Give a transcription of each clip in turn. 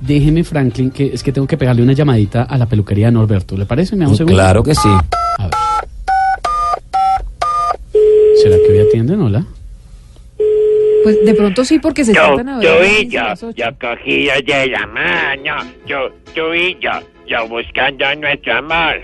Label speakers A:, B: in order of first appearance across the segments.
A: Déjeme, Franklin, que es que tengo que pegarle una llamadita a la peluquería de Norberto. ¿Le parece? Me da un segundo.
B: Claro que sí.
A: A ver. ¿Será que hoy atienden, hola?
C: Pues de pronto sí, porque se
D: Yo,
C: sientan a ver.
D: yo
C: las
D: y
C: seis y
D: yo,
C: las ocho.
D: yo cogidos de la mano, yo, yo y yo, yo buscando nuestro amor.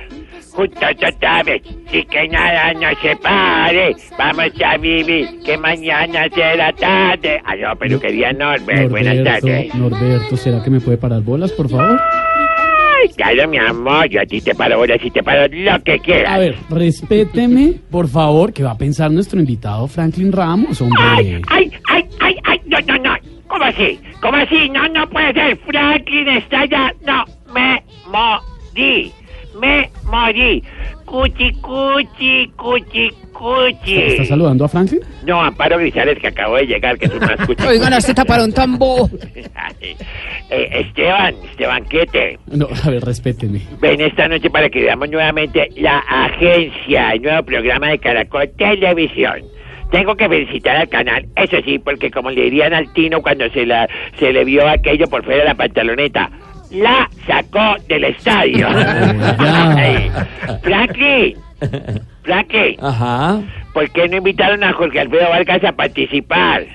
D: Juntos otra vez, y que nada nos separe, vamos a vivir, que mañana será tarde. Aló, peluquería Norbert, buenas tardes.
A: Norberto, Norberto, ¿será que me puede parar bolas, por favor?
D: Ay, claro, mi amor, yo a ti te paro ahora, si te paro lo que quieras.
A: A ver, respéteme, por favor, que va a pensar nuestro invitado Franklin Ramos,
D: ¡Ay,
A: hombre.
D: ay, ay, ay, ay! ¡No, no, no! ¿Cómo así? ¿Cómo así? No, no puede ser. Franklin está allá. No, me morí. Me morí. Cuchi, cuchi, cuchi,
A: ¿Está
D: cuchi.
A: saludando a Franklin?
D: No, Amparo Grisales, que acabo de llegar, que es más cuchi.
C: Oigan, a este taparon tan bobo.
D: Eh, Esteban, Esteban, ¿qué te?
A: No, a ver, respéteme.
D: Ven esta noche para que veamos nuevamente La Agencia, el nuevo programa de Caracol Televisión. Tengo que felicitar al canal, eso sí, porque como le dirían al Tino cuando se, la, se le vio aquello por fuera de la pantaloneta, la sacó del estadio.
A: ya.
D: Ay, Franklin, Franklin,
B: Ajá.
D: ¿por qué no invitaron a Jorge Alfredo Vargas a participar?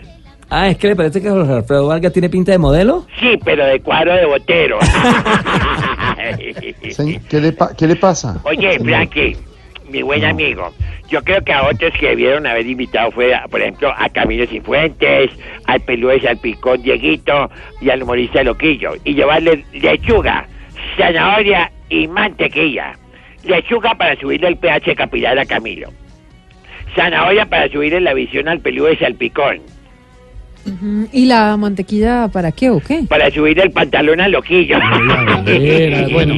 B: Ah, es que le parece que Jorge Alfredo Vargas tiene pinta de modelo.
D: Sí, pero de cuadro de botero.
E: Señ- ¿Qué le, pa- qué le pasa?
D: Oye,
E: señor?
D: Frankie, mi buen amigo, yo creo que a otros que debieron haber invitado fue, a- por ejemplo, a Camilo Cifuentes, al Pelúes, al Picón Dieguito y al humorista Loquillo, y llevarle lechuga, zanahoria y mantequilla. Lechuga para subirle el pH capilar a Camilo. Zanahoria para subirle la visión al Pelúes y al Picón.
C: ¿Y la mantequilla para qué o qué?
D: Para subirle el pantalón al Loquillo.
A: A ver, a ver, bueno,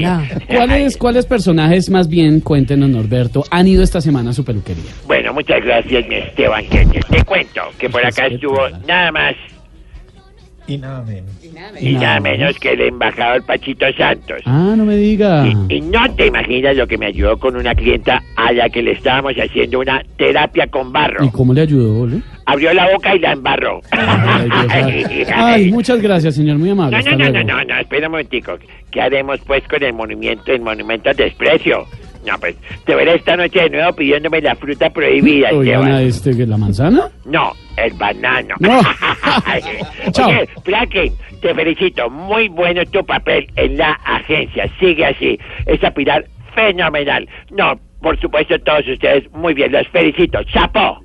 A: ¿cuáles, ¿cuáles personajes más bien, cuéntenos Norberto, han ido esta semana a su peluquería?
D: Bueno, muchas gracias, mi Esteban. Que te, te cuento que por acá estuvo nada más
F: Y nada menos.
D: y nada
A: Nada
D: menos que el embajador Pachito Santos.
A: Ah, no me diga.
D: Y, y no te imaginas lo que me ayudó con una clienta a la que le estábamos haciendo una terapia con
A: ¿Y
D: barro.
A: cómo le ayudó, boludo?
D: Abrió la boca y la embarró.
A: Ay, Dios, ay. Ay, muchas gracias, señor, muy amable.
D: No,
A: hasta
D: no, no, no,
A: luego.
D: no, no, espera un momentico. ¿Qué haremos pues con el monumento, el monumento al desprecio? No, pues te veré esta noche de nuevo pidiéndome la fruta prohibida,
A: Oigan
D: Esteban.
A: a este, que ¿la manzana?
D: No, el banano.
A: No. Chao.
D: Oye, Franklin, te felicito. Muy bueno tu papel en la agencia. Sigue así. Esa pilar fenomenal. No, por supuesto, todos ustedes muy bien. Los felicito. ¡Chapo!